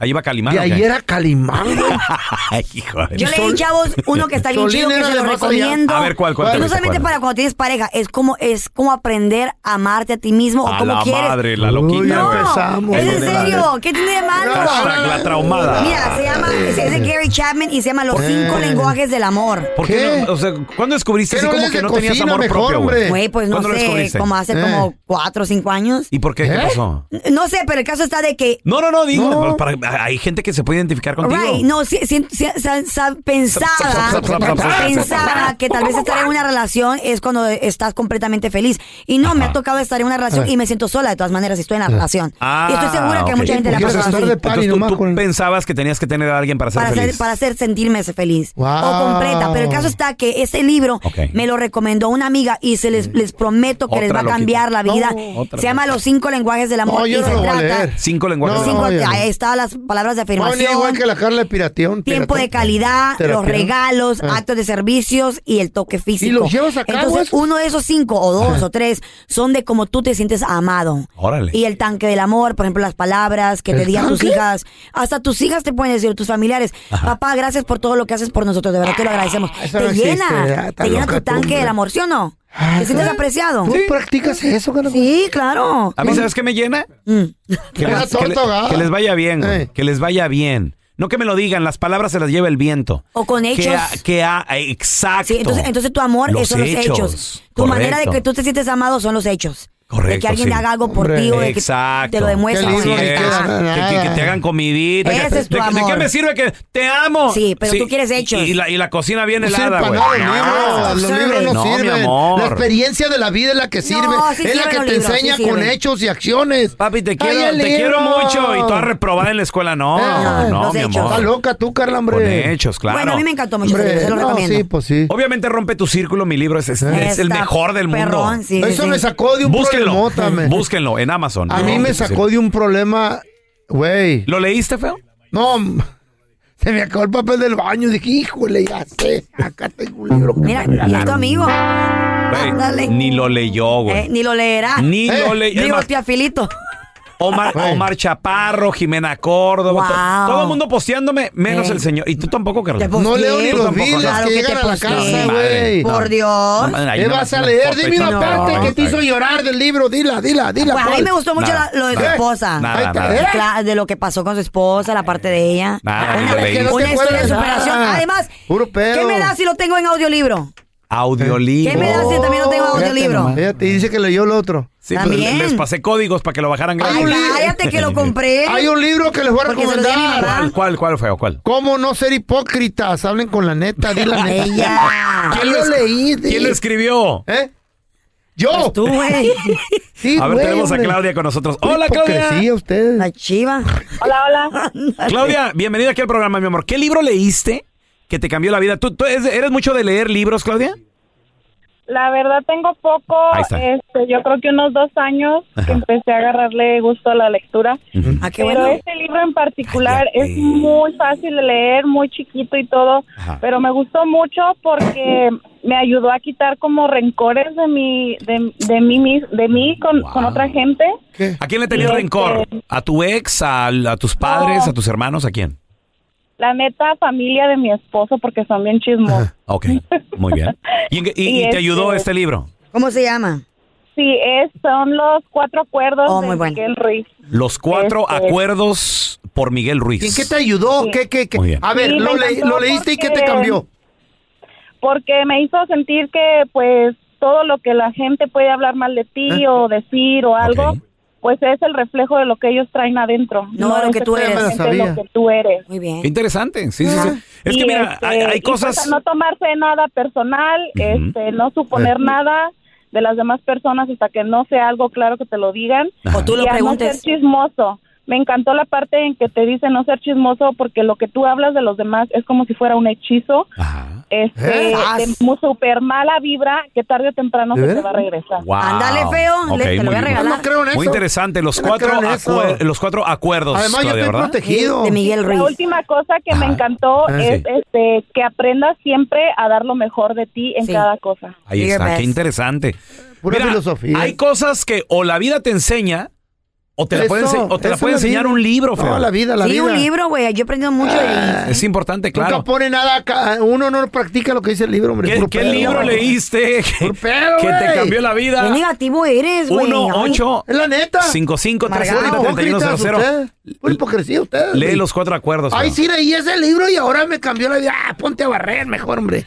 Ahí va Calimán. y ¿o qué? ahí era Calimán, güey. *laughs* Ay, hijo de- Yo leí, chavos, uno que está bien Solín chido, que era se de lo más allá. recomiendo. A ver, ¿cuál, cuál te No gusta, solamente cuál? para cuando tienes pareja, es como, es como aprender a amarte a ti mismo o A como la quieres. madre, la Uy, loquita, no, güey. empezamos. ¿Es Hijo en de la- serio? ¿Qué tiene de malo? Hashtag la Eh. traumada. Mira, se llama, es es de Gary Chapman y se llama Los cinco lenguajes del amor. ¿Por qué? no- o sea, ¿cuándo descubriste ¿Qué así no como lees que de no tenías cocina amor mejor, propio, güey? Güey, pues no ¿Cuándo lo sé, descubriste? como hace como cuatro o cinco años. ¿Y por qué? ¿Qué ¿Eh? pasó? No sé, pero el caso está de que... No, no, no, digo, para- a- hay gente que se puede identificar contigo. Right, no, si, si- si- sa- sa- pensaba, Sap, sap, sap, sap, pensaba que tal vez estar en una relación es cuando estás completamente feliz. Y no, me ha tocado estar en una relación y me siento sola de todas maneras si estoy en la relación. y estoy segura que a Ah, ok. mucha gente le ha pasado así. Entonces, tú, tú pensabas que tenías que tener a alguien para ser para feliz. hacer, para hacer sentirme ese feliz o completa. Pero el caso está que ese libro me lo recomendó una amiga y se les, les prometo que les va Otra a cambiar la loquita. vida. No. Otra se llama loquita. Los cinco lenguajes del amor No, y yo no se lo voy a trata. leer. Cinco lenguajes. No, Cinco- no, yo no. ahí están las palabras de No, ni igual afirmación. que la Carla Pirateón. Tiempo de calidad, los regalos, actos de servicios y el toque físico. Ah. ¿Y los llevas a cabo Entonces, uno de esos cinco, o dos, o tres, son de cómo tú te sientes amado. Órale. Y el tanque del amor, por ejemplo, las palabras que ¿El te digan tus tanque? hijas. Hasta tus hijas te pueden decir, tus familiares, papá, gracias por todo lo que haces por nosotros, de verdad te lo agradecemos. Ah, eso Te no existe, ¿verdad? llena, Está te llena loca tu tú, tanque hombre. Ah, del amor, ¿sí o no? ¿Te sientes claro. apreciado? ¿Tú practicas eso, Sí, claro. ¿A mí sabes qué me llena? Mm. Que, Una les, que le- torta ahogada. que les vaya bien, güey. que les vaya bien. No que me lo digan, las palabras se las lleva el viento. O con Que hechos. a- Que, a- exacto. Sí, entonces, entonces tu amor Los es son los hechos. hechos. Tu Correcto. manera de que tú te sientes amado son los hechos. de que Correcto, alguien sí. te haga algo por ti o de que Exacto. te lo demuestre. Así Ahí es. está. Que, que- que te hagan comidita. Ese Que- es tu de, de amor. qué me sirve que te amo? Sí, pero tú quieres hechos. Y, y la, y la cocina bien No helada, sirven güey. Pues para nada los libros, los libros no, mi sirven. amor. La experiencia de la vida es la que sirve, sí es la sirven que los te libros, enseña sí con sirven. hechos y acciones. Papi, te quiero, te quiero mucho. Y toda reprobada en la escuela. Eh, No, no, los mi hechos. amor. Ah, Está loca tú, Carla, hombre. Con hechos, claro. Bueno, a mí me encantó mucho, Hombre, se lo no, recomiendo. sí, pues sí. Obviamente rompe tu círculo, mi libro es, es- es el Está mejor del mundo. perrón, sí, Eso sí, me sí. sacó de un búsquenlo, problemota, me. Búsquenlo en Amazon. A mí Rompe me tu sacó círculo. de un problema, güey. ¿Lo leíste, feo? No, m- se me acabó el papel del baño. Dije, híjole, ya sé, acá tengo un libro. Mira, y es tu amigo. Güey, Ándale. Ni lo leyó, güey. Eh, ni lo leerá. Ni Eh, lo le- es Digo, más- tía Filito. Omar, Omar Chaparro, Jimena Córdoba. to- Wow. Todo el mundo posteándome, menos Eh. el señor. Y tú tampoco, Carla. Te posteé. No leo ni Tú los tampoco, biles ¿no? que Claro que llegan te a la posteé. casa, No, madre, güey. no. Por Dios. No, ahí ¿Qué no me vas a hagas leer? foto, Dime una no, parte que te ahí. hizo llorar del libro. Dila, dila, dila. Pues a mí ¿cuál? me gustó mucho Nada, la- lo de su nada. esposa. Nada, Ahí está. ¿eh? nada. De cla- De lo que pasó con su esposa, la parte de ella. Nada, ni una lo leí. una historia de acuerdas. superación. Ah, Además, puro pedo. ¿qué me da si lo tengo en audiolibro? Audiolibro. ¿Qué me da 哦 si también lo tengo en audiolibro? Fíjate, y dice que leyó el otro. Sí, pues, También. les pasé códigos para que lo bajaran Ay, cállate *laughs* que lo compré. Hay un libro que les voy a Porque se lo di a mi recomendar. mamá. ¿Cuál, cuál, cuál feo? ¿Cuál? ¿Cómo no ser hipócritas? Hablen con la neta, di la neta. Ella. ¿Quién lo leí? di. ¿Quién lo escribió? ¿Eh? Yo. Pues Tú, güey. Sí, a ver, güey, tenemos a hombre. Claudia con nosotros. Pura Hola, Claudia. hipocresía ustedes. La chiva. Hola, *laughs* hola. Claudia, bienvenida aquí al programa, mi amor. ¿Qué libro leíste que te cambió la vida? ¿Tú, tú eres- eres mucho de leer libros, Claudia? La verdad tengo poco, Ahí está. este, yo creo que unos dos años que empecé a agarrarle gusto a la lectura. Ah, qué pero bueno. este libro en particular es muy fácil de leer, muy chiquito y todo, pero me gustó mucho porque me ayudó a quitar como rencores de mi, de, de mí, mis- de mí con, con otra gente. ¿A quién le tenías Este- rencor? ¿A tu ex? al- ¿A, tus padres? ¿A tus hermanos? ¿A quién? La neta, familia de mi esposo porque son bien chismosos. Ah, Ok, muy bien. ¿Y, *laughs* en qué- y- Y y te este- ayudó este libro? ¿Cómo se llama? Sí, es, son los cuatro acuerdos Oh, de muy bueno. Miguel Ruiz. Los cuatro Este. acuerdos por Miguel Ruiz. ¿En qué te ayudó? ¿Qué, qué, qué? Muy bien. A ver, Sí, lo, me le- encantó lo leíste y qué te porque- cambió. porque me hizo sentir que pues todo lo que la gente puede hablar mal de ti Ah. o decir o algo, pues es el reflejo de lo que ellos traen adentro. No, lo es que tú eres. exactamente Ya me lo Lo sabía. que tú eres. Muy bien. Qué interesante. Sí, sí, Ah. sí. Es Y, que mira, este, hay, hay y, pues, cosas... a no tomarse nada personal, este, no suponer Ujú. nada de las demás personas hasta que no sea algo claro que te lo digan. O tú lo y a preguntes. no ser chismoso. Me encantó la parte en que te dice no ser chismoso porque lo que tú hablas de los demás es como si fuera un hechizo. Este, ¿Eh? de mu- super mala vibra que tarde o temprano ¿De se te veras? va a regresar. Wow. Ándale, feo, le- te Ok, lo muy voy a bien. regalar. No creo en Muy eso. interesante. Los Yo no cuatro, creo en eso. acuer- los cuatro acuerdos, Además, yo Claudia, estoy ¿verdad? protegido. De Miguel La Ruiz. última cosa que me encantó Ah, es sí. este que aprendas siempre a dar lo mejor de ti en cada cosa. Ahí está, qué interesante. Pura Mira, filosofía. Hay cosas que o la vida te enseña o te la Eso, puede, ense- o te la eso puede es la enseñar vida. un libro, No, feo. la vida, la sí, vida. un libro, güey. Yo he aprendido mucho. y... Es importante, claro. Nunca pone nada acá. Uno no practica lo que dice el libro, hombre. ¿Qué, puro qué pedo. libro leíste que, que te güey. cambió la vida? Qué negativo eres, güey. 1 Ay. 8 Es la neta. 55 Amargado. 31 Hipócritas 00. ustedes. Pura hipocresía ustedes. Lee los cuatro acuerdos. Ay, feo. sí leí ese libro y ahora me cambió la vida. Ah, ponte a barrer mejor, hombre.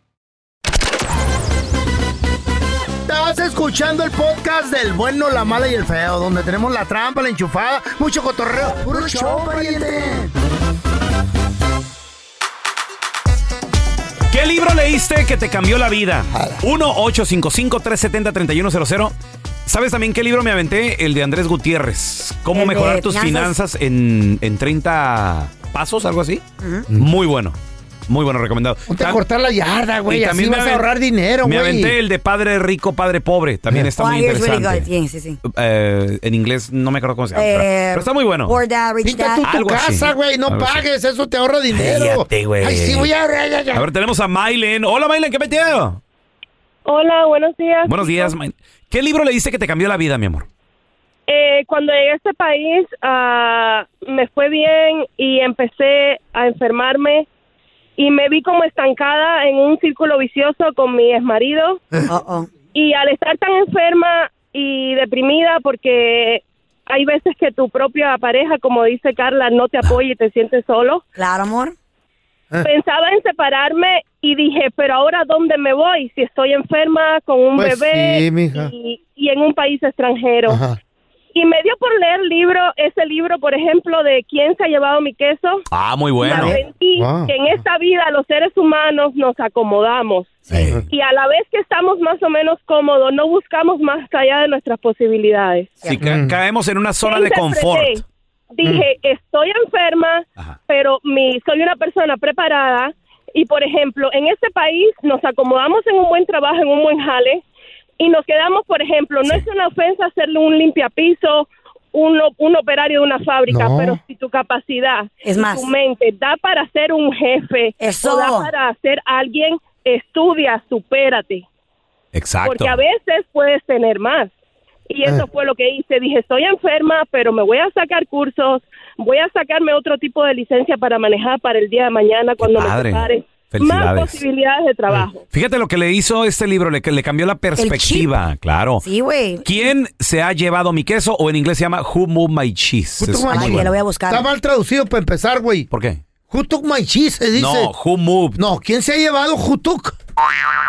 Estás escuchando el podcast del bueno, la mala y el feo, donde tenemos la trampa, la enchufada, mucho cotorreo. ¡Puro show, pariente! ¿Qué libro leíste que te cambió la vida? 1-855-370-3100. ¿Sabes también qué libro me aventé? El de Andrés Gutiérrez. ¿Cómo El de mejorar tus finanzas, finanzas. en, en 30 pasos, algo así? Muy bueno. Muy bueno, recomendado. Te Tam- cortar la yarda, güey, y así también me vas a aven- ahorrar dinero, Me güey. Mm. aventé el de Padre Rico, Padre Pobre. También está Oh, muy here's really interesante. good. Sí, sí, sí. Eh, en inglés no me acuerdo cómo se llama. Eh, pero- pero está muy bueno. Poor Dad, Rich Pinta Dad. tú tu Algo así. casa, güey, no Algo así. pagues, eso te ahorra dinero. Cállate, güey. Ay, sí, voy a... A ver, tenemos a Mylen. Hola, Mylen, ¿qué metido? Hola, buenos días. Buenos días, Mylen. ¿Qué libro le dice que te cambió la vida, mi amor? Eh, cuando llegué a este país ah, me fue bien y empecé a enfermarme y me vi como estancada en un círculo vicioso con mi exmarido. Ah, Y al estar tan enferma y deprimida porque hay veces que tu propia pareja, como dice Carla, no te apoya y te sientes solo. Claro, amor. Ah. Pensaba en separarme y dije, pero ahora ¿dónde me voy? Si estoy enferma con un Pues bebé sí, mija. Y, y en un país extranjero. Ajá. Y me dio por leer libro, ese libro, por ejemplo, de ¿Quién se ha llevado mi queso? Ah, muy Y bueno. aprendí Wow. que en esta vida los seres humanos nos acomodamos. Eh. Y a la vez que estamos más o menos cómodos, no buscamos más allá de nuestras posibilidades. Si ca- Mm. caemos en una zona de Interpreté. confort. Mm. Dije, estoy enferma, pero mi, soy una persona preparada. Y, por ejemplo, en este país nos acomodamos en un buen trabajo, en un buen jale, y nos quedamos, por ejemplo, no es una ofensa hacerle un limpiapiso, un, o- un operario de una fábrica, No. pero si tu capacidad, Es y más. tu mente da para ser un jefe, Eso. o da para ser alguien, estudia, supérate. Exacto. Porque a veces puedes tener más. Eh. Y eso Ah. fue lo que hice. Dije, estoy enferma, pero me voy a sacar cursos, voy a sacarme otro tipo de licencia para manejar para el día de mañana cuando padre. me separe. Más Felicidades. posibilidades de trabajo. Fíjate lo que le hizo este libro, le, le cambió la perspectiva, claro. Sí, güey. ¿Quién se ha llevado mi queso? O en inglés se llama Who Moved My Cheese. Es muy Ay, bueno. ya lo voy a buscar. Está mal traducido para empezar, güey. ¿Por qué? Who took my cheese, se dice. No, who moved. No, ¿quién se ha llevado who took?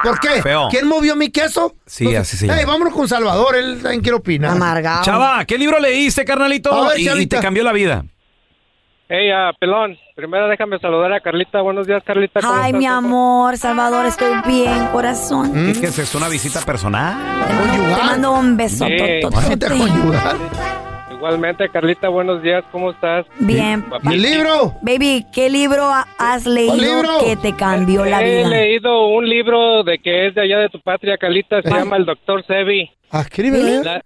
¿Por qué? Feo. ¿Quién movió mi queso? Sí, así se Ey, llama. vámonos con Salvador, él también quiere opinar. Amargado. Chava, ¿qué libro leíste, carnalito? A ver, y, y Chavita. te cambió la vida. Hey, ah, Pelón, primero déjame saludar a Carlita. Buenos días, Carlita. ¿cómo Ay, estás? mi amor, Salvador, estoy bien, corazón. Mm, ¿Qué, qué es esto? ¿Una visita personal? Te mando un beso. Sí. Igualmente, Carlita, buenos días. ¿Cómo estás? Bien. Papá. Baby, ¿qué libro ha- has leído libro? que te cambió la He vida? leído un libro de que es de allá de tu patria, Carlita. Se llama El Doctor Sebi. Ah, Escríbele. La-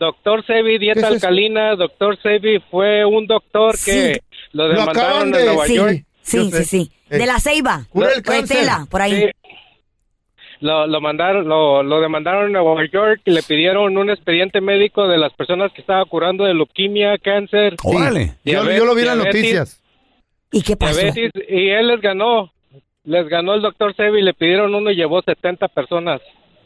Doctor Sebi, ¿Qué dieta es eso? alcalina. Doctor Sebi fue un doctor que lo Lo demandaron en Nueva sí, York. Yo Sí, sí, sé. sí. De la ceiba. Cura el O de cáncer. tela, por ahí. lo, lo mandaron, lo, lo demandaron en Nueva York y le pidieron un expediente médico de las personas que estaba curando de leuquimia, cáncer. Órale. Yo- yo lo vi en las diabetes, noticias. ¿Y qué diabetes, y él les ganó. Les ganó el doctor Sebi, le pidieron uno y llevó 70 personas.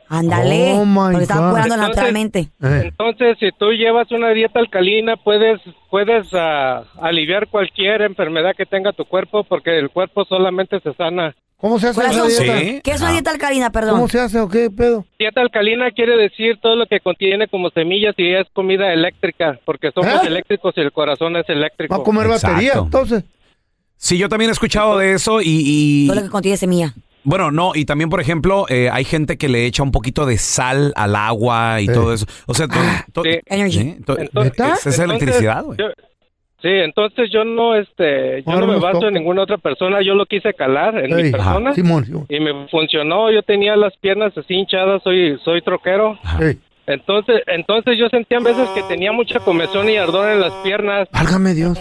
Ándale. Oh, my porque estaban God. curando Entonces- naturalmente. Eh. Entonces, si tú llevas una dieta alcalina, puedes, puedes ah, aliviar cualquier enfermedad que tenga tu cuerpo porque el cuerpo solamente se sana. ¿Cómo se hace Corazón, esa dieta? ¿sí? Ah. ¿Qué es una dieta alcalina, perdón? ¿Cómo se hace o qué pedo? Dieta alcalina quiere decir todo lo que contiene como semillas y es comida eléctrica, porque somos eléctricos y el corazón es eléctrico. Exacto. Sí, yo también he escuchado de eso y... y- Todo lo que contiene semilla. bueno, no, y también, por ejemplo, eh, hay gente que le echa un poquito de sal al agua y todo eso. O sea, to- Ah, to- ¿Eh? To- ¿es, es electricidad, güey. yo- Sí, entonces yo no, este, yo Ahora no me nos baso toca. en ninguna otra persona, yo lo quise calar en mi Ey, ajá, persona Simón, y me funcionó, yo tenía las piernas así hinchadas, soy, soy troquero. Ey, Entonces, entonces yo sentía a veces que tenía mucha comezón y ardor en las piernas, válgame Dios.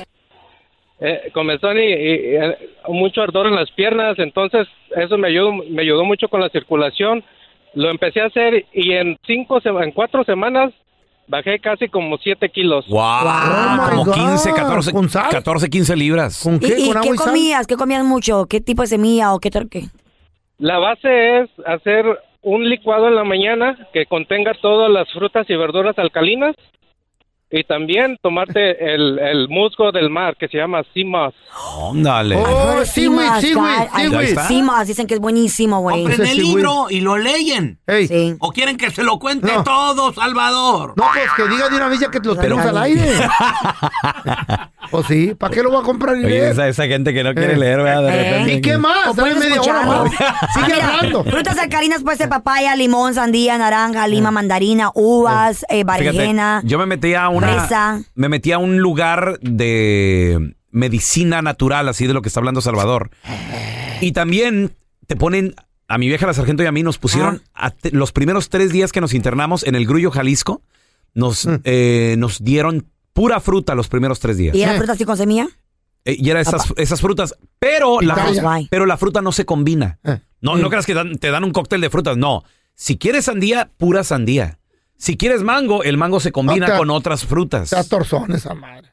eh, comezón y, y- y, eh, mucho ardor en las piernas, entonces eso me ayudó, me ayudó mucho con la circulación. Lo empecé a hacer y en cinco, sema- en cuatro semanas bajé casi como siete kilos. Ah, como 15, 14, 14, 15 libras. ¿Con ¿Y, y qué comías? ¿Qué comías mucho? ¿Qué tipo de semilla o qué? tor- qué? La base es hacer un licuado en la mañana que contenga todas las frutas y verduras alcalinas y también tomarte el, el musgo del mar que se llama simas. Ándale. Oh, Alfredo Simas, sí, güey, God, sí, Alfredo güey. Ahí está. Simas, dicen que es buenísimo, güey. Compren el Sí, güey. libro y lo leyen. ¿O quieren que se lo cuente todo, Salvador? No, pues que diga de una villa que los Pero- tenemos al aire. o Oh, sí, ¿para qué lo voy a *laughs* comprar? Oye, esa, esa gente que no quiere leer, ¿verdad? De Eh. repente. Eh. ¿Y qué más? O Dame puedes media hora escucharlo. Ah, más. Sigue *laughs* Mira, hablando. Frutas alcalinas puede ser papaya, limón, sandía, naranja, Eh. lima, mandarina, uvas, eh, Fíjate, berenjena. yo me metí a una. fresa. Me metí a un lugar de medicina natural, así de lo que está hablando Salvador. Y también te ponen. A mi vieja, la sargento y a mí nos pusieron Ah. a te- los primeros tres días que nos internamos en el Grullo Jalisco, nos, Mm. eh, nos dieron pura fruta los primeros tres días. ¿Y eran frutas así con semilla? Eh, y era esas, esas frutas. Pero la, Pitaya. fruta, pero la fruta no se combina. Eh. No, no creas que dan- te dan un cóctel de frutas. No. Si quieres sandía, pura sandía. Si quieres mango, el mango se combina No, te- con otras frutas. Está torzón esa madre.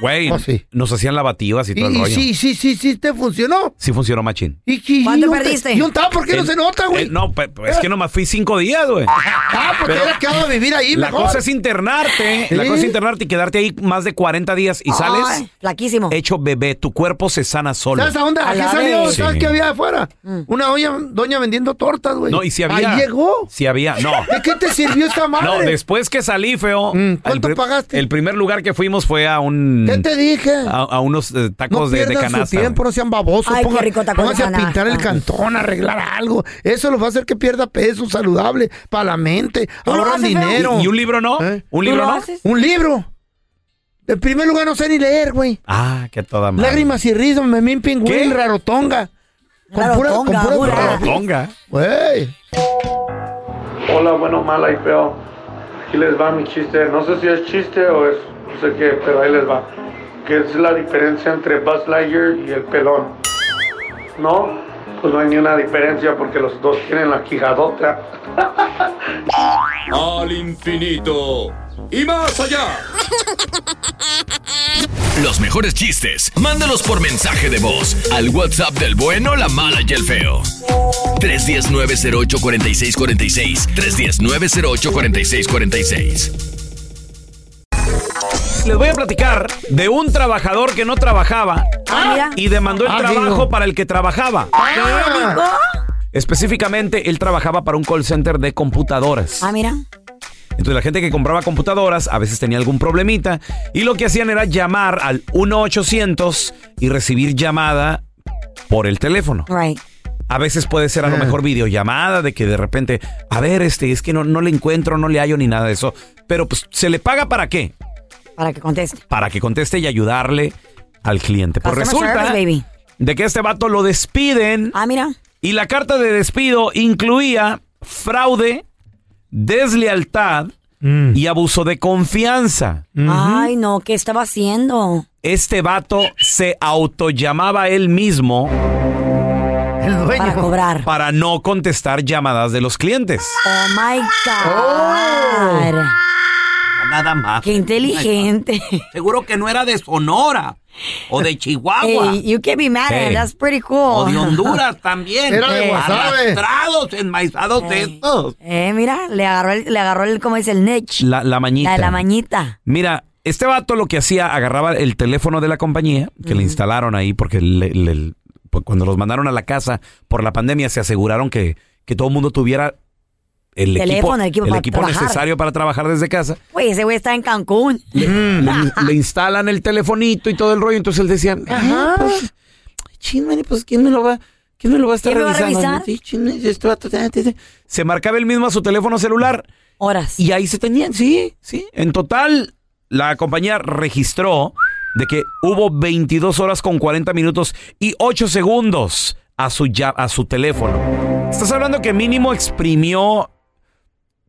Güey, nos hacían lavativas y Y, todo el Oh, y rollo. sí, sí, sí, sí, te funcionó. Sí funcionó machín. ¿Y, qué- ¿Cuánto y un- perdiste? ¿Y un tal? ¿Por qué no El- se nota, güey? el- Eh, no, pe- es que nomás fui cinco días, güey. Ah, porque Pero- hubieras quedado a vivir ahí La mejor. cosa es internarte. La Sí. cosa es internarte y quedarte ahí más de 40 días y sales. Ay, flaquísimo. Hecho bebé, tu cuerpo se sana solo. ¿Sabes a dónde? ¿A, A qué la salió? vez. ¿Sabes Sí. qué había afuera? Una doña, doña vendiendo tortas, güey. No, y si había. Ahí llegó. Si había, no. ¿De *laughs* qué te sirvió esta madre? Mm, No, después que salí, feo. ¿Cuánto pagaste? El primer lugar que fuimos fue a un. ¿Qué te dije? A, a unos eh, No tacos de, de pierdan canasta. su tiempo, no sean babosos. Ay, qué Pongan- rico tacos de pónganse a canasta. pintar el cantón, a arreglar algo. Eso los va a hacer que pierda peso saludable para la mente. lo Ahorran haces, feo? dinero. ¿Eh? ¿Y- y un libro no? ¿Un libro no? Un libro. En primer lugar, no sé ni leer, güey. Ah, que toda madre. Lágrimas y rizos, Memín Pingüín, Rarotonga. Con pura, con Rarotonga, pura- pura. Rarotonga. Güey. Hola, bueno, mala y feo. Aquí les va mi chiste. No sé si es chiste o es no sé qué, pero ahí les va. ¿Qué es la diferencia entre Buzz Lightyear y el pelón? No, pues no hay ni una diferencia porque los dos tienen la quijadota. Al infinito y más allá. Los mejores chistes, mándalos por mensaje de voz al WhatsApp del bueno, la mala y el feo. 319-08-4646. 319-08-4646. Les voy a platicar de un trabajador que no trabajaba y demandó el Ah, trabajo digo. para el que trabajaba. Ah. Específicamente, él trabajaba para un call center de computadoras. Ah, mira. Entonces la gente que compraba computadoras a veces tenía algún problemita y lo que hacían era llamar al 1-800 y recibir llamada por el teléfono. Right. A veces puede ser a lo mejor videollamada de que de repente, a ver, este, es que no, no le encuentro, no le hallo ni nada de eso. Pero pues, ¿se le paga para qué? Para que conteste. Para que conteste y ayudarle al cliente. Pues Customer resulta service, baby. de que este vato lo despiden. Ah, mira. Y la carta de despido incluía fraude, deslealtad Mm. y abuso de confianza. Ay, no, ¿qué estaba haciendo? Este vato se autollamaba él mismo Para cobrar. para no contestar llamadas de los clientes. Oh my Oh, God. Nada más. Qué inteligente. Seguro que no era de Sonora o de Chihuahua. Hey, you can be mad at Hey. him. That's pretty cool. O de Honduras también. Eh, Era de Guasave. Arrastrados, enmaizados de estos. *laughs* Eh, mira, le agarró el, le agarró el, ¿cómo dice? El niche. La, la mañita. La de la mañita. Mira, este vato lo que hacía, agarraba el teléfono de la compañía que le instalaron ahí porque le- le- pues, cuando los mandaron a la casa por la pandemia se aseguraron que, que todo el mundo tuviera el Teléfono, equipo, el equipo para trabajar. necesario para trabajar desde casa. Güey, ese güey está en Cancún. Le, Mm. le instalan el telefonito y todo el rollo, entonces él decía, Ajá. Pues, Chin, pues ¿quién me lo va, quién me lo va a estar ¿Quién me va a revisando? revisar? Sí, chin, este vato, ta, ta, ta. Se marcaba él mismo a su teléfono celular. Horas. Y ahí se tenían, sí, sí. En total, la compañía registró de que hubo 22 horas con 40 minutos y 8 segundos a su, ya- a su teléfono. Estás hablando que mínimo exprimió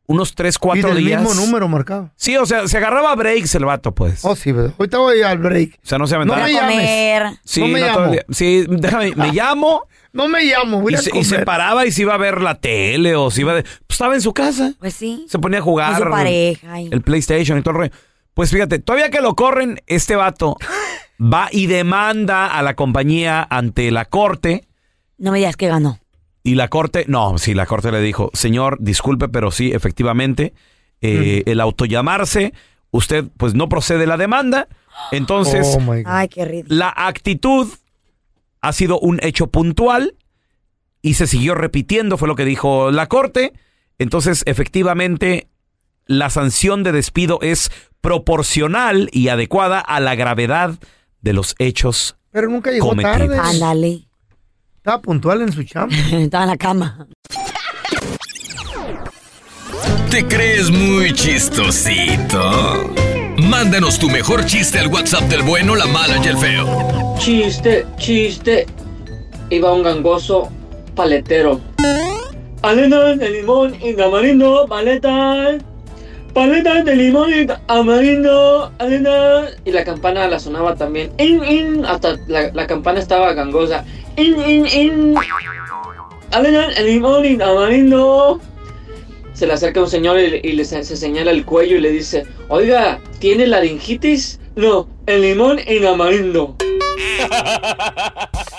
unos 3, 4 Y del días. mismo número marcado. Sí, o sea, se agarraba breaks el vato, pues. Oh, sí, ¿verdad? Ahorita voy al break. O sea, no se No aventaba. me llames. Sí, no me no todo el llamo. día. Sí, déjame, *laughs* me llamo. No me llamo, voy Y a se, y comer. se paraba y se iba a ver la tele o se iba de- pues, estaba en su casa. Pues sí. Se ponía a jugar. Con su pareja, y- El PlayStation y todo el rollo. Pues fíjate, todavía que lo corren, *gasps* este vato va y demanda a la compañía ante la corte. No me digas que ganó. Y la corte, no, sí, la corte le dijo, señor, disculpe, pero sí, efectivamente, eh, el autollamarse, usted pues no procede la demanda. Entonces, Oh, my God. Ay, qué ridículo. la actitud ha sido un hecho puntual y se siguió repitiendo, fue lo que dijo la corte. Entonces, efectivamente, la sanción de despido es proporcional y adecuada a la gravedad de los hechos. Pero nunca llegó Cometidos. tarde. ¿eh? Ándale. Estaba puntual en su chamba. *laughs* Estaba en la cama. ¿Te crees muy chistosito? Mándanos tu mejor chiste al WhatsApp del bueno, la mala y el feo. Chiste, chiste. Iba un gangoso paletero. Paletas de limón y amarillo, paletas. Paletas de limón y amarillo, paletas. Y la campana la sonaba también. In, in. Hasta la, la campana estaba gangosa. In, in, in. Paletas de limón y amarillo. Se le acerca un señor y, le- y le se, se señala el cuello y le dice: Oiga, ¿tiene laringitis? No, el limón en amarillo.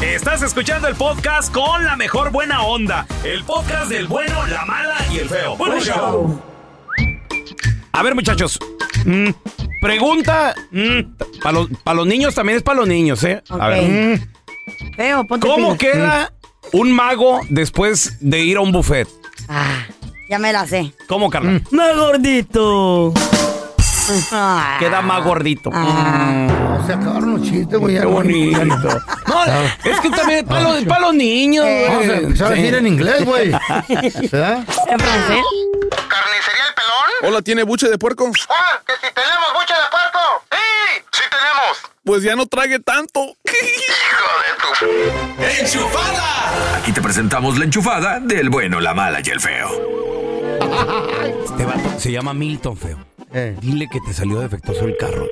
Estás escuchando el podcast con la mejor buena onda. El podcast del bueno, la mala y el feo. Bueno, show. A ver, muchachos. Mm, pregunta. para los, pa' los niños también es para los niños, ¿eh? A ver. Feo, Mm. ponte ¿Cómo pilas. queda Mm. un mago después de ir a un buffet? Ah, ya me la sé. ¿Cómo, Carla? Mm. Más gordito. Ah. Queda más gordito. Se acabaron los chistes, güey. Qué bonito. No, es que también es para los, pa' los niños, Eh, güey. vamos a empezar a Sí. decir en inglés, güey. ¿eh? ¿Verdad? ¿En francés? Hola, ¿tiene buche de puerco? Ah, si tenemos buche de puerco! ¡Sí! ¡Sí tenemos! Pues ya no trague tanto. ¡Hijo de tu... ¡Enchufada! Aquí te presentamos la enchufada del bueno, la mala y el feo. Este vato se llama Milton, feo. Dile que te salió defectuoso el carro.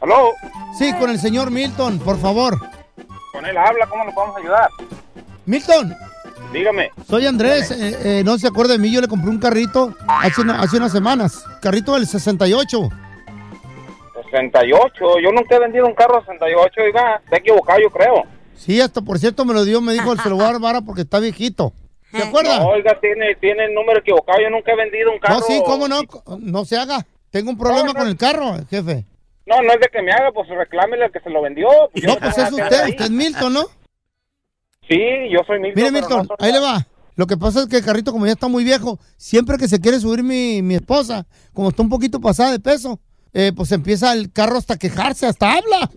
¿Aló? Sí, con el señor Milton, por favor. Con él habla, ¿cómo lo podemos ayudar? Milton, Dígame. soy Andrés. eh, eh, no se acuerda de mí, yo le compré un carrito hace, una- hace unas semanas. Carrito del 68. 68. Yo nunca he vendido un carro 68. Oiga, está equivocado, yo creo. Sí, hasta por cierto me lo dio, me dijo, se lo voy a dar vara porque está viejito. ¿Se acuerda? No, oiga, tiene, tiene el número equivocado. Yo nunca he vendido un carro. No, sí, cómo no, no se haga. Tengo un problema con el carro, jefe. No, no es de que me haga, pues reclámele al que se lo vendió. Pues, yo No, pues *laughs* es tengo nada que usted, hacer usted ahí. es Milton, ¿no? Sí, yo soy Mire, Milton. pero Milton, no soy- ahí le va. Lo que pasa es que el carrito, como ya está muy viejo, siempre que se quiere subir mi, mi esposa, como está un poquito pasada de peso, eh, pues empieza el carro hasta quejarse, hasta habla.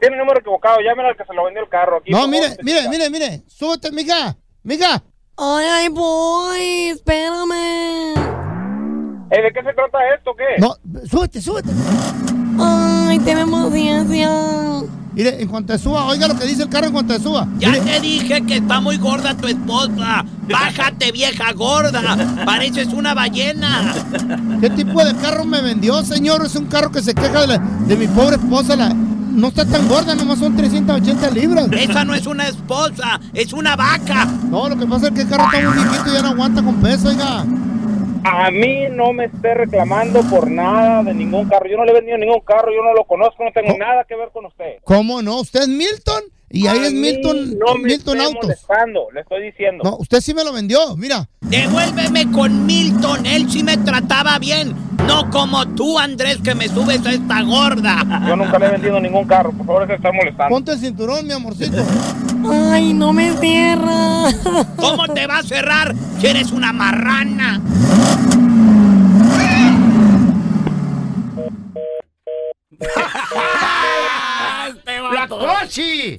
Tiene el número equivocado. Llámele al que se lo vendió el carro. Aquí, No, por Ah, mire, favor. mire, mire, mire. Súbete, miga. Miga. Ay, ay, voy, espérame. ¿De qué se trata esto? ¿Qué? No, súbete, súbete. Ay, tenemos ciencia. Mire, en cuanto te suba, oiga lo que dice el carro en cuanto te suba. Ya te dije que está muy gorda tu esposa. Bájate, vieja gorda. Pareces una ballena. ¿Qué tipo de carro me vendió, señor? Es un carro que se queja de, la- de mi pobre esposa. la- no está tan gorda, nomás son 380 libras. Esa no es una esposa, es una vaca. No, lo que pasa es que el carro está muy viejito y ya no aguanta con peso, oiga. A mí no me esté reclamando por nada de ningún carro. Yo no le he vendido ningún carro. Yo no lo conozco. No tengo nada que ver con usted. ¿Cómo no? Usted es Milton y ahí es Milton, no me Milton esté Autos. molestando, le estoy diciendo. No, usted sí me lo vendió, mira. Devuélveme con Milton, él sí me trataba bien. No como tú, Andrés, que me subes a esta gorda. Yo nunca le he vendido ningún carro, por favor, se está molestando. Ponte el cinturón, mi amorcito. Ay, no me cierra. ¿Cómo te va a cerrar si eres una marrana? ¡La cochi!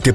¿Te